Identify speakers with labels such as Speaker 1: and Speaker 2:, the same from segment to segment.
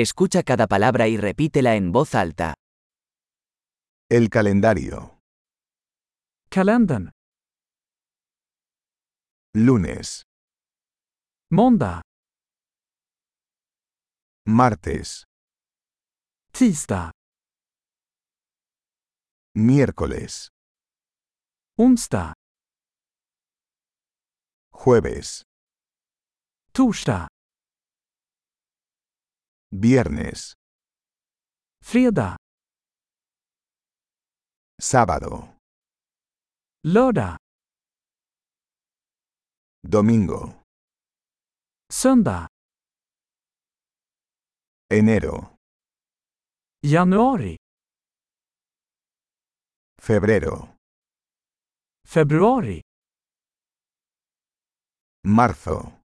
Speaker 1: Escucha cada palabra y repítela en voz alta.
Speaker 2: El calendario.
Speaker 3: Kalendern.
Speaker 2: Lunes,
Speaker 3: Måndag.
Speaker 2: martes,
Speaker 3: Tisdag.
Speaker 2: miércoles,
Speaker 3: Onsdag.
Speaker 2: jueves,
Speaker 3: Torsdag.
Speaker 2: viernes,
Speaker 3: Fredag.
Speaker 2: sábado,
Speaker 3: Lördag.
Speaker 2: domingo,
Speaker 3: Söndag.
Speaker 2: enero,
Speaker 3: Januari.
Speaker 2: febrero,
Speaker 3: Februari.
Speaker 2: marzo,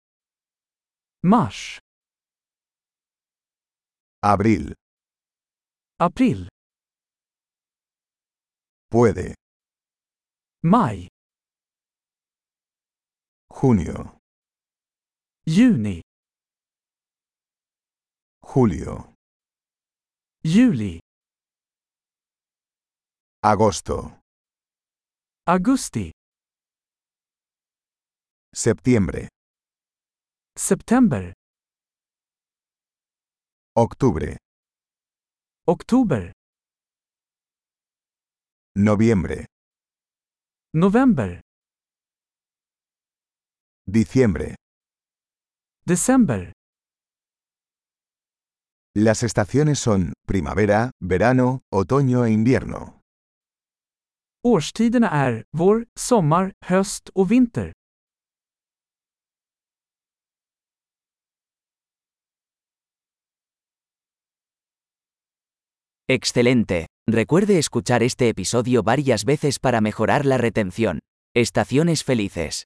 Speaker 3: Mars.
Speaker 2: abril,
Speaker 3: April.
Speaker 2: puede,
Speaker 3: Maj.
Speaker 2: junio,
Speaker 3: Juni.
Speaker 2: julio,
Speaker 3: Juli.
Speaker 2: agosto,
Speaker 3: Augusti.
Speaker 2: septiembre,
Speaker 3: September.
Speaker 2: octubre,
Speaker 3: Oktober.
Speaker 2: noviembre,
Speaker 3: November.
Speaker 2: diciembre.
Speaker 3: December.
Speaker 2: Las estaciones son primavera, verano, otoño e invierno.
Speaker 3: Årstiderna är vår, sommar, höst och vinter.
Speaker 1: Excelente. Recuerde escuchar este episodio varias veces para mejorar la retención. Estaciones felices.